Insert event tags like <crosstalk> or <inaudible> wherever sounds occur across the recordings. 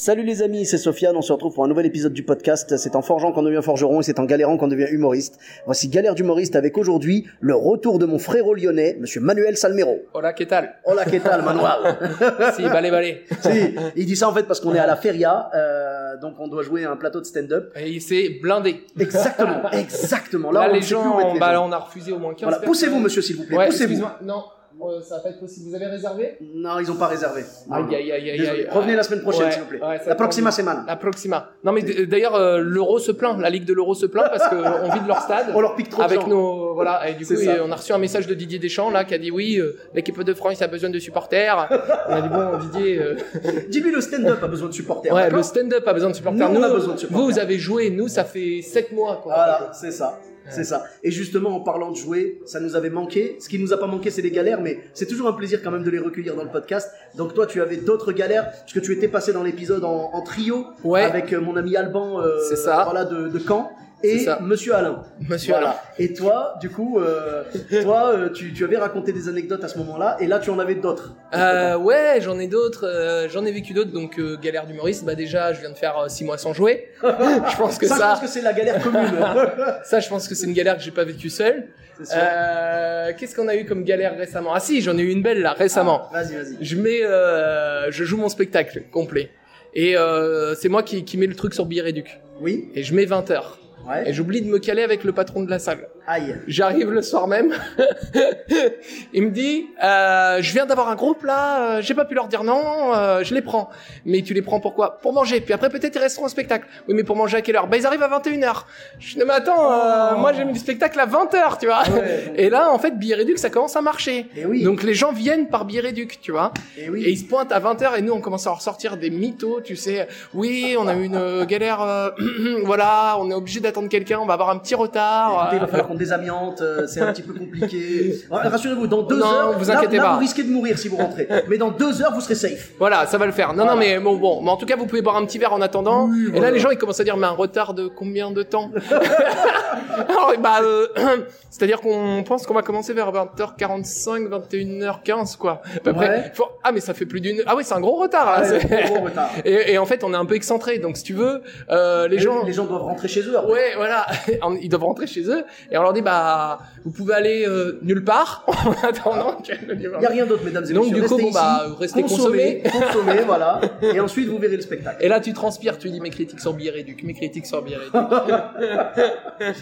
Salut les amis, c'est Sofiane, on se retrouve pour un nouvel épisode du podcast. C'est en forgeant qu'on devient forgeron et c'est en galérant qu'on devient humoriste. Voici Galère d'humoriste avec aujourd'hui le retour de mon frérot lyonnais, monsieur Manuel Salmero. Hola, ¿qué tal? Hola, ¿qué tal, Manuel Ah. Sí, vale, vale. <laughs> Si, Il dit ça en fait parce qu'on est à la feria, euh, donc on doit jouer à un plateau de stand-up. Et il s'est blindé. Exactement, exactement. Là, on ne les sait plus où gens, mettre les bah, là, gens. on a refusé au moins 15 Voilà, personnes. poussez-vous, monsieur, s'il vous plaît, Ouais, poussez-vous. excuse-moi, Non, euh, ça va pas être possible. Vous avez réservé Non, ils ont pas réservé. Aïe, aïe, aïe, aïe, Désolé. aïe. Revenez la semaine prochaine, Ouais, s'il vous plaît. ouais, ça la prend proxima du- semana. La Proxima. Non, mais d- d'ailleurs, euh, l'Euro se plaint. La Ligue de l'Euro se plaint <laughs> parce qu'on vide leur stade. On leur pique trop de avec gens. nos voilà et du coup C'est ça. et on a reçu un message de Didier Deschamps là qui a dit oui euh, l'équipe de France a besoin de supporters <laughs> on a dit bon Didier euh, Dis-lui le stand-up a besoin de supporters. ouais d'accord le stand-up a besoin de supporters Nous, on a besoin de supporters. vous vous avez joué nous ça fait 7 mois quoi Voilà, c'est ça. C'est ça. Et justement, en parlant de jouer, ça nous avait manqué. Ce qui nous a pas manqué, c'est les galères, mais c'est toujours un plaisir quand même de les recueillir dans le podcast. Donc toi, tu avais d'autres galères, parce que tu étais passé dans l'épisode en, en trio Ouais. avec euh, mon ami Alban, euh, C'est ça. voilà, de, de Caen, et C'est ça. Monsieur Alain. Monsieur Voilà. Alain. Et toi, du coup, euh, toi, euh, tu, tu avais raconté des anecdotes à ce moment-là, et là, tu en avais d'autres. Euh, ouais, j'en ai d'autres, euh, j'en ai vécu d'autres, donc euh, galère d'humoriste. Bah déjà, je viens de faire 6 mois sans jouer. <laughs> je pense que ça, ça, je pense que c'est la galère <laughs> commune. ça, je pense que c'est une galère que j'ai pas vécue seule. C'est sûr. Euh, Qu'est-ce qu'on a eu comme galère récemment Ah si, j'en ai eu une belle là récemment. Vas-y, vas-y. Je mets, euh, je joue mon spectacle complet, et euh, c'est moi qui, qui mets le truc sur billet réduc, Oui. et je mets 20 heures. Et Ouais. j'oublie de me caler avec le patron de la salle. Aïe. J'arrive le soir même. <laughs> il me dit, euh, je viens d'avoir un groupe là, euh, j'ai pas pu leur dire non, euh, je les prends. Mais tu les prends pourquoi Pour manger. Puis après peut-être ils resteront au spectacle. Oui, mais pour manger à quelle heure Bah ils arrivent à 21h. Je dis, non, mais attends, euh, moi j'ai mis le spectacle à 20h, tu vois. Oh. ouais. <laughs> Et là en fait billet réduc ça commence à marcher. Et oui. Donc les gens viennent par billet réduc, tu vois. Et oui. Et ils se pointent à 20h et nous on commence à ressortir des mythos, tu sais. Oui, on a eu une euh, galère, euh, <clears throat> voilà, on est obligé d'attendre quelqu'un, on va avoir un petit retard. Écoutez, il euh, va falloir qu'on désamiante, euh, c'est un petit peu compliqué. <laughs> Ouais, Rassurez-vous, dans deux Non, heures, vous là- inquiétez là, pas. vous risquez de mourir si vous rentrez. Mais dans deux heures, vous serez safe. Voilà, ça va le faire. Non, Voilà. non, mais bon, bon, mais en tout cas, vous pouvez boire un petit verre en attendant. Oui, Et voilà. là, les gens, ils commencent à dire, mais un retard de combien de temps <laughs> Alors, bah, euh, <clears throat> c'est-à-dire qu'on pense qu'on va commencer vers 20h45, 21h15, quoi. À peu près. Ouais. Faut- Ah, mais ça fait plus d'une. Ah oui, c'est un gros retard. là, Ouais, c'est- gros, gros retard. <laughs> et, et en fait, on est un peu excentré. Donc, si tu veux, euh, les Et gens. les gens doivent rentrer chez eux. après. Ouais, voilà. <laughs> Ils doivent rentrer chez eux et on leur dit bah vous pouvez aller euh, nulle part <laughs> en attendant. que- Il n'y a rien d'autre, mesdames et Donc, messieurs. du coup, restez bon, ici, bah, restez consommez, <laughs> consommez, voilà. Et ensuite, vous verrez le spectacle. Et là, tu transpires, tu dis mes critiques sur Billet Réduc, mes critiques sur <laughs> Billet Réduc.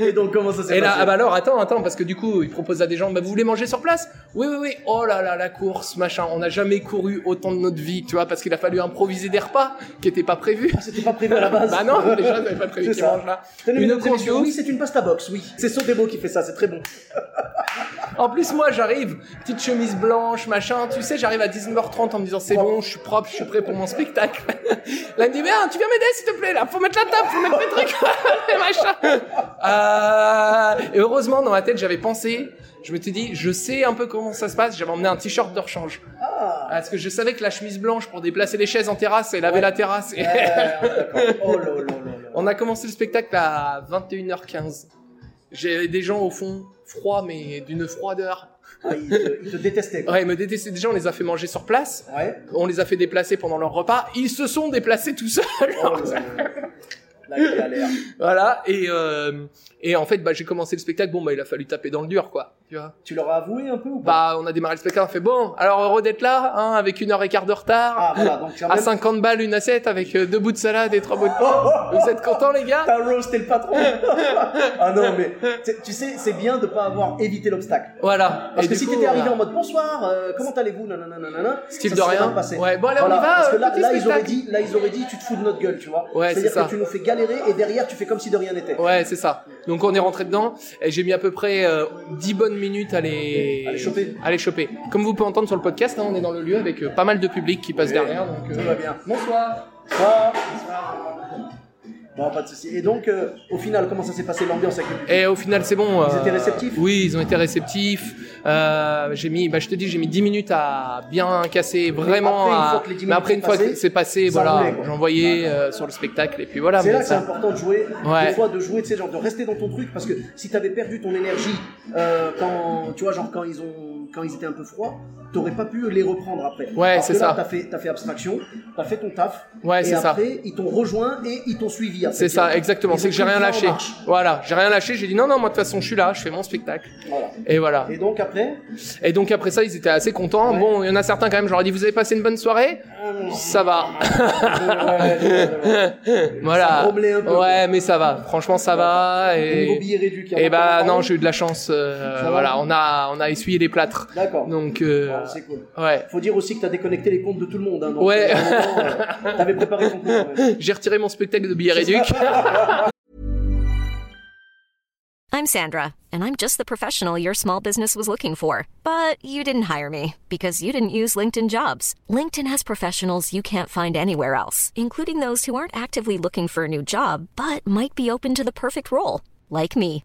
Et donc, comment ça s'est Et là, passé ah bah alors, attends, attends, parce que du coup, il propose à des gens, bah vous voulez manger sur place Oui, oui, oui. Oh là là, la course, machin. On n'a jamais couru autant de notre vie, tu vois, parce qu'il a fallu improviser des repas qui n'étaient pas prévus. <laughs> C'était pas prévu à la base. bah non, les gens n'avaient pas prévu C'est qu'ils ça. mangent là. Tenez, Une mesdames et course messieurs, de ouf. oui, c'est une pasta box, oui. C'est Sodebo qui fait ça, c'est très bon. En plus, moi, j'arrive, petite chemise blanche, machin. Tu sais, j'arrive à 19h30 en me disant c'est bon, je suis propre, je suis prêt pour mon spectacle. <laughs> Là, il me dit mais hein, tu viens m'aider, s'il te plaît, là. Faut mettre la table, faut mettre les trucs, <laughs> les machins. Euh, et heureusement, dans ma tête, j'avais pensé. Je me suis dit, je sais un peu comment ça se passe. J'avais emmené un t-shirt de rechange. Parce que je savais que la chemise blanche pour déplacer les chaises en terrasse et laver la terrasse. et- Euh, d'accord. <laughs> oh là là là là. <laughs> on a commencé le spectacle à 21h15. J'ai des gens au fond, froids, mais d'une froideur. Ah, il, te, il te détestait. quoi. Ouais, ils me détestaient déjà, on les a fait manger sur place. Ouais. On les a fait déplacer pendant leur repas. Ils se sont déplacés tout seuls. Oh là là. La galère. <laughs> voilà. Et, euh, et en fait, bah, j'ai commencé le spectacle. Bon, bah, il a fallu taper dans le dur, quoi. Tu vois. Tu leur as avoué un peu ou pas Bah, on a démarré le spectacle. On fait bon. Alors, heureux d'être là, hein, avec une heure et quart de retard. Ah, voilà, donc quand à même- 50 balles une assiette avec euh, deux bouts de salade et trois bouts de <laughs> pain. Vous êtes contents, les gars? T'as roasté le <laughs> patron. ah non, mais tu- tu sais, c'est bien de pas avoir évité l'obstacle. Voilà. Parce Et que du si coup, t'étais arrivé voilà. en mode bonsoir, euh, comment allez-vous, nanana, nanana, Style ça de serait rien. mal passé. Ouais, bon, allez, on y va, Parce que euh, là, petit là, ils auraient spectacle. dit, là, ils auraient dit, tu te fous de notre gueule, tu vois. Ouais, c'est C'est-à-dire ça. que tu nous fais galérer et derrière, tu fais comme si de rien n'était. Ouais, c'est ça. Donc on est rentré dedans et j'ai mis à peu près euh, 10 bonnes minutes à les... À les choper. à les choper. Comme vous pouvez entendre sur le podcast, hein, on est dans le lieu avec euh, pas mal de public qui passe derrière. Donc, euh, Ça va bien. Bonsoir. Bonsoir. Bonsoir. Bon, pas de souci. Et donc, euh, au final, comment ça s'est passé l'ambiance avec le public Et au final, c'est bon. Ils euh, étaient réceptifs Oui, ils ont été réceptifs. Euh, j'ai mis, bah, je te dis, j'ai mis 10 minutes à bien casser vraiment. après, une à- fois que les 10 mais après, une minutes fois sont que c'est passé, passées, ça voilà, roulait, quoi. j'envoyais euh, sur le spectacle et puis voilà. C'est Ah, mais là que c'est ça- important de jouer, Ouais. des fois de jouer, tu sais, genre de rester dans ton truc, parce que si t'avais perdu ton énergie euh, quand, tu vois, genre quand ils ont, quand ils étaient un peu froids, t'aurais pas pu les reprendre après. Ouais, Alors c'est que là, ça. T'as fait, t'as fait abstraction, t'as fait ton taf, Ouais, et c'est ça. après ils t'ont rejoint et ils t'ont suivi. après, C'est tu vois. ça, exactement. Ils C'est ont que j'ai pris rien le plan en lâché. marche. Voilà, j'ai rien lâché. J'ai dit non, non, moi de toute façon, je suis là, je fais mon spectacle. Voilà. Et voilà. Et donc <laughs> après, Et donc après ça, ils étaient assez contents. Ouais. Euh, Bon, il y en a certains quand même. J'aurais dit, vous avez passé une bonne soirée Ça va. Ça euh, voilà. grommelait un peu, ouais, mais ça va. Franchement, ça va. le euh, niveau Et, billet réduit. qu'il y en a et pas bah dans le non, monde. j'ai eu de la chance. euh, Ça va voilà, on a on a essuyé les plâtres. D'accord. Donc euh, Bon, c'est cool. ouais. Faut dire aussi que t'as déconnecté les comptes de tout le monde. Hein, donc, Ouais. à un moment, euh, T'avais préparé ton <laughs> coup quand même. J'ai retiré mon spectacle de billets réduc. I'm Sandra, and I'm just the professional your small business was looking for. But you didn't hire me because you didn't use LinkedIn jobs. LinkedIn has professionals you can't find anywhere else, including those who aren't actively looking for a new job but might be open to the perfect role, like me.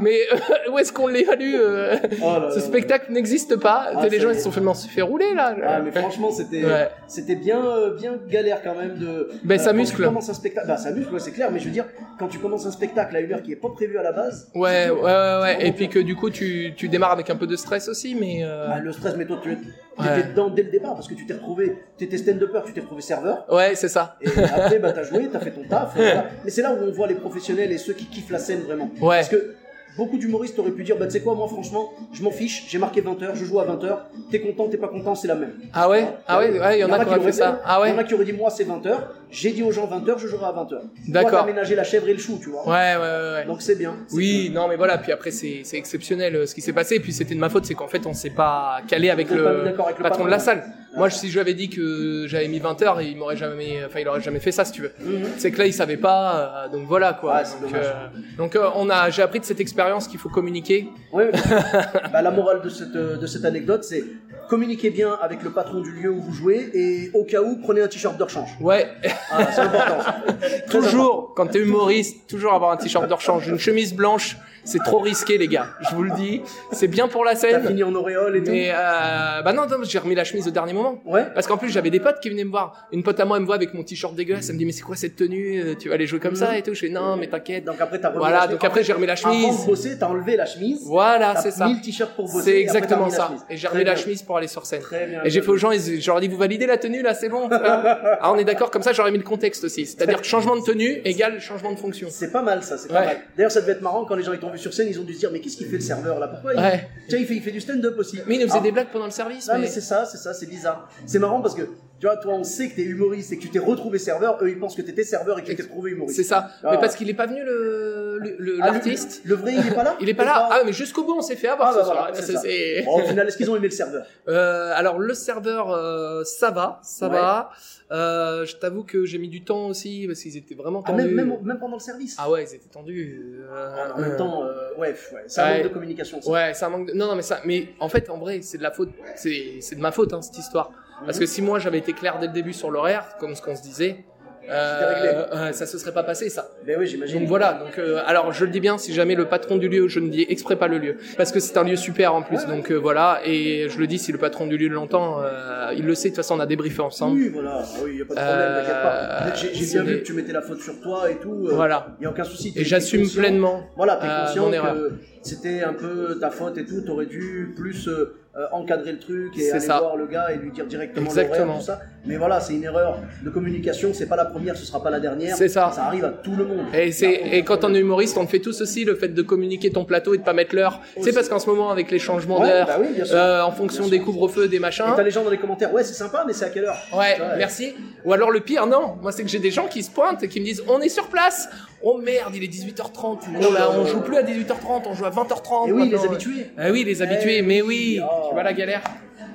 Mais euh, où est-ce qu'on l'évalue euh, Oh là Ce là. spectacle n'existe pas. Ah, T'as les ça gens y ils se est. sont fait, fait rouler là. Ah, mais franchement, c'était Ouais. c'était bien euh, bien galère quand même de. euh, Ben, ça quand muscle. Tu commences un spectacle. Bah, ça muscle, ouais, c'est clair. Mais je veux dire, quand tu commences un spectacle à une heure qui est pas prévue à la base. Ouais, c'est dur. ouais, C'est ouais, ouais. vraiment Et puis dur. que du coup, tu, tu démarres avec un peu de stress aussi, mais. euh, Ah, le stress, mais toi, tu es- t'étais Ouais. dedans dès le départ parce que tu t'es retrouvé. T'étais stand-upper, tu t'es retrouvé serveur. Ouais, c'est ça. Et après, bah, t'as joué, t'as fait ton taf. et <laughs> voilà. Mais c'est là où on voit les professionnels et ceux qui kiffent la scène vraiment. Ouais. Parce que beaucoup d'humoristes auraient pu dire, bah, tu sais quoi, moi, franchement, je m'en fiche, j'ai marqué 20h, je joue à 20h, t'es content, t'es pas content, c'est la même. Ah ouais Ah ouais, ouais, il y en a qui ont l'auraient fait ça. Ah Il ouais y en a qui auraient dit, moi, c'est 20h, j'ai dit aux gens 20h, je jouerai à 20h. D'accord. aménager la chèvre et le chou, tu vois. Ouais, ouais, ouais. ouais. Donc c'est bien. c'est Oui, cool. non, mais voilà. Puis après, c'est c'est exceptionnel euh, ce qui s'est passé. Et puis c'était de ma faute, c'est qu'en fait, on s'est pas calé avec Vous êtes pas le, mis d'accord avec le patron de la patron. salle. Moi, je- si je lui avais dit que j'avais mis 20 heures, il m'aurait jamais, enfin, il aurait jamais fait ça, si tu veux. C'est que là, il savait pas. euh, donc voilà, quoi. Mhm. Ouais, c'est donc, dommage. euh, donc, euh, on a, j'ai appris de cette expérience qu'il faut communiquer. Ouais, ouais. <laughs> bah, la morale de cette, euh, de cette anecdote, c'est communiquez bien avec le patron du lieu où vous jouez et au cas où, prenez un t-shirt de rechange. Ouais. Ah, c'est <laughs> important. ça. Très Toujours, quand t'es humoriste, toujours avoir un t-shirt de rechange, une chemise blanche, c'est trop risqué, les gars. Je vous le dis. C'est bien pour la T'as scène. fini en auréole et tout. Mais euh, bah non, non j'ai remis la chemise au dernier moment. Ouais. Parce qu'en plus j'avais des potes qui venaient me voir. Une pote à moi elle me voit avec mon t-shirt dégueulasse, elle me dit mais c'est quoi cette tenue Euh, Tu vas aller jouer comme ça et tout. Je fais non mais t'inquiète. Mm. Donc après, t'as remis Voilà, la chemise. donc après, j'ai remis la Avant chemise. de bosser, t'as enlevé la chemise. Voilà, T'as c'est ça. mis le t-shirt pour bosser, C'est et après, t'as exactement remis la ça. chemise. Et j'ai Très remis la bien. chemise pour aller sur scène. Très bien, et j'ai bien fait aux gens, ils- je leur ai dit vous validez la tenue là, c'est bon. <laughs> ah on est d'accord comme ça. J'aurais mis le contexte aussi, c'est-à-dire que changement de tenue égale changement de fonction. C'est pas mal ça, c'est Ouais. pas mal. D'ailleurs, ça devait être marrant quand les gens ils t'ont vu sur scène, ils ont dû se dire mais qu'est-ce qu'il fait le serveur là Pourquoi il... Ouais. Tiens, il fait, il fait du stand-up aussi. Mais il nous faisait Ah. des blagues pendant le service. Non, mais, mais- c'est ça, c'est ça, c'est bizarre. C'est marrant parce que tu vois, toi on sait que t'es humoriste et que tu t'es retrouvé serveur, eux ils pensent que t'étais serveur et que tu t'es retrouvé humoriste. C'est ça. Ah. Mais parce qu'il est pas venu le le- le- Ah, le- l'artiste. Le, vrai, il est pas là Il est pas là. Ah mais jusqu'au bout on s'est fait avoir. Ah, bah ce soir. voilà, c'est Ça, ça. <laughs> c'est- Bon, au final, est-ce qu'ils ont aimé le serveur Euh, alors le serveur, euh, ça va, ça Ouais. va. Euh, je t'avoue que j'ai mis du temps aussi parce qu'ils étaient vraiment Ah, tendus. même, même, même pendant le service Ah ouais, ils étaient tendus. euh, En même euh, temps, euh, ouais, ouais, c'est un Ouais. manque de communication. ça. Ouais, ça manque. De... Non, non, mais ça. Mais en fait, en vrai, c'est de la faute. C'est, c'est de ma faute hein, cette histoire. Parce Mhm. que si moi j'avais été clair dès le début sur l'horaire, comme ce qu'on se disait, euh, réglé. euh, ça se serait pas passé ça. Ben oui, j'imagine. Donc voilà, donc euh, alors je le dis bien, si jamais le patron du lieu, je ne dis exprès pas le lieu, parce que c'est un lieu super en plus, donc euh, voilà, et je le dis si le patron du lieu l'entend, euh, il le sait, de toute façon on a débriefé ensemble. Oui, voilà, Ah oui, y a pas de problème, Euh, t'inquiète pas. J'ai- J'ai c'est bien vu des- que tu mettais la faute sur toi et tout. euh, Voilà. Y a aucun souci. t'es- Et j'assume t'es conscient. pleinement, Voilà, t'es euh, conscient mon erreur. que c'était un peu ta faute et tout. T'aurais dû plus euh, euh, encadrer le truc et C'est aller ça. voir le gars et lui dire directement Exactement. l'horaire, tout ça. Mais voilà, c'est une erreur de communication. C'est pas la première, ce sera pas la dernière. C'est ça. Ça arrive à tout le monde. Et, c'est, et quand on est humoriste, on le fait tous aussi, le fait de communiquer ton plateau et de pas mettre l'heure. C'est parce qu'en ce moment, avec les changements Ouais, d'heure, bah oui, bien sûr. euh, en fonction Bien des sûr. couvre-feux, des Et machins. t'as les gens dans les commentaires. Ouais, c'est sympa, mais c'est à quelle heure Ouais, Tu vois, merci. Ou alors le pire, non. Moi, c'est que j'ai des gens qui se pointent et qui me disent on est sur place. Oh merde, il est 18h30. Oh là, on joue plus à 18h30, on joue à 20h30. Et Eh oui, maintenant. les habitués. Ah oui, les habitués, Eh mais oui, oui. oh. Tu vois la galère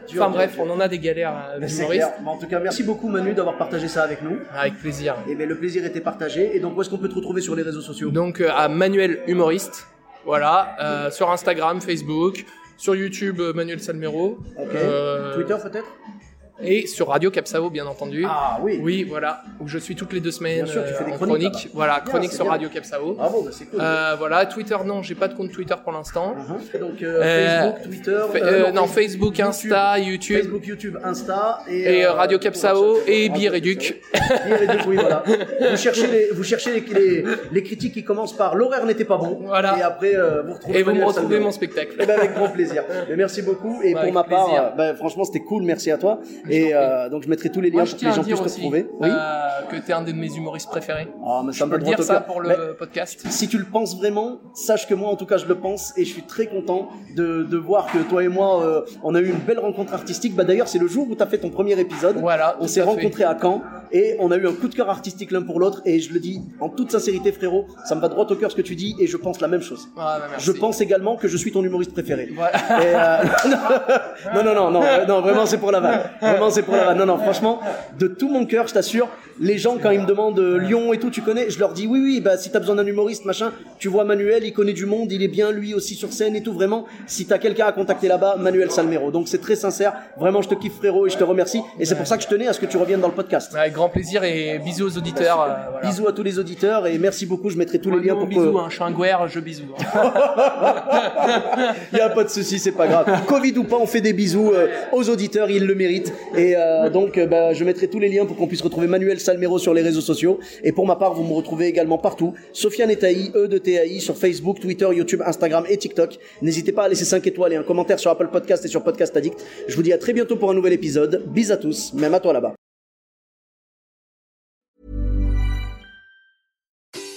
Dur, Enfin dur, bref, dur. on en a des galères euh, Mais c'est d'humoristes. clair. Mais en tout cas, merci beaucoup Manu d'avoir partagé ça avec nous. Avec plaisir. Et bien, le plaisir était partagé. Et donc, où est-ce qu'on peut te retrouver sur les réseaux sociaux Donc euh, à Manuel Humoriste, voilà, euh, sur Instagram, Facebook, sur YouTube euh, Manuel Salmero, Ok. euh, Twitter peut-être et sur Radio Capsavo bien entendu. Ah oui. Oui, voilà, où je suis toutes les deux semaines Bien sûr, tu euh, fais des en chroniques chronique. là-bas. Voilà, Bien, chronique c'est sur bien. Radio Capsavo. Ah bon, bah, c'est cool. Euh, voilà, Twitter non, j'ai pas de compte Twitter pour l'instant. Uh-huh. Donc euh, Euh, Facebook, Twitter, fa- euh, non, Facebook, Insta, YouTube. Facebook, YouTube, Insta et, Et, euh, Radio Capsao et Radio Bière et Duc. Capsao. Bière et Duc, oui, voilà. Vous cherchez les, vous cherchez les, les, les critiques qui commencent par l'horaire n'était pas bon. Voilà. Et après, euh, vous retrouvez. Et vous me Manuel retrouvez Salmero. mon spectacle. Eh ben, avec grand plaisir. Mais merci beaucoup. Et pour Bah, avec ma part, plaisir. euh, ben, franchement, c'était cool. Merci à toi. Et t'en prie. euh, donc, je mettrai tous les liens Moi, je pour que tiens les à gens dire puissent te aussi retrouver. Oui. euh, que t'es un de mes humoristes préférés. Ah, mais ça Je me peux fait le droit dire au ça cœur. pour Mais- le podcast. si tu le penses vraiment, sache que moi, en tout cas, je le pense et je suis très content de, de voir que toi et moi, euh, on a eu une belle rencontre artistique. Bah, D'ailleurs, c'est le jour où tu as fait ton premier épisode. Voilà, On tout s'est à fait. rencontrés à Caen et on a eu un coup de cœur artistique l'un pour l'autre. Et je le dis en toute sincérité, frérot, ça me va droit au cœur ce que tu dis et je pense la même chose. Ah, bah, merci. Je pense également que je suis ton humoriste préféré. Voilà. Et, euh, <laughs> non, non, non, non, euh, non, vraiment c'est pour la vanne. Vraiment c'est pour la vanne. Non, non, franchement, de tout mon cœur, je t'assure, les gens quand ils me demandent euh, Lyon et tout, tu connais, je leur dis oui, oui, bah si t'as besoin d'un humoriste, machin, tu vois Manuel, il connaît du monde, il est bien lui aussi sur scène et tout, vraiment. Si t'as quelqu'un à contacter là-bas, Manuel Salmero. Donc c'est très sincère, vraiment, je te kiffe frérot et je te remercie. Et c'est pour ça que je tenais à ce que tu reviennes dans le podcast. Avec grand plaisir et bisous aux auditeurs. euh, voilà. Bisous à tous les auditeurs et merci beaucoup. Je mettrai tous les Moi, liens non, pour que. bisous, hein, je suis un guerre, je bisous. hein. <laughs> Il n'y a pas de souci, c'est pas grave. Covid ou pas, on fait des bisous euh, aux auditeurs, ils le méritent. Et euh, donc, euh, bah, je mettrai tous les liens pour qu'on puisse retrouver Manuel Salmero sur les réseaux sociaux. Et pour ma part, vous me retrouvez également partout. Sofiane et Taï, E de TAI, sur Facebook, Twitter, YouTube, Instagram et TikTok. N'hésitez pas à laisser 5 étoiles et un commentaire sur Apple Podcast et sur Podcast Addict. Je vous dis à très bientôt pour un nouvel épisode. Bis à tous, même à toi là-bas.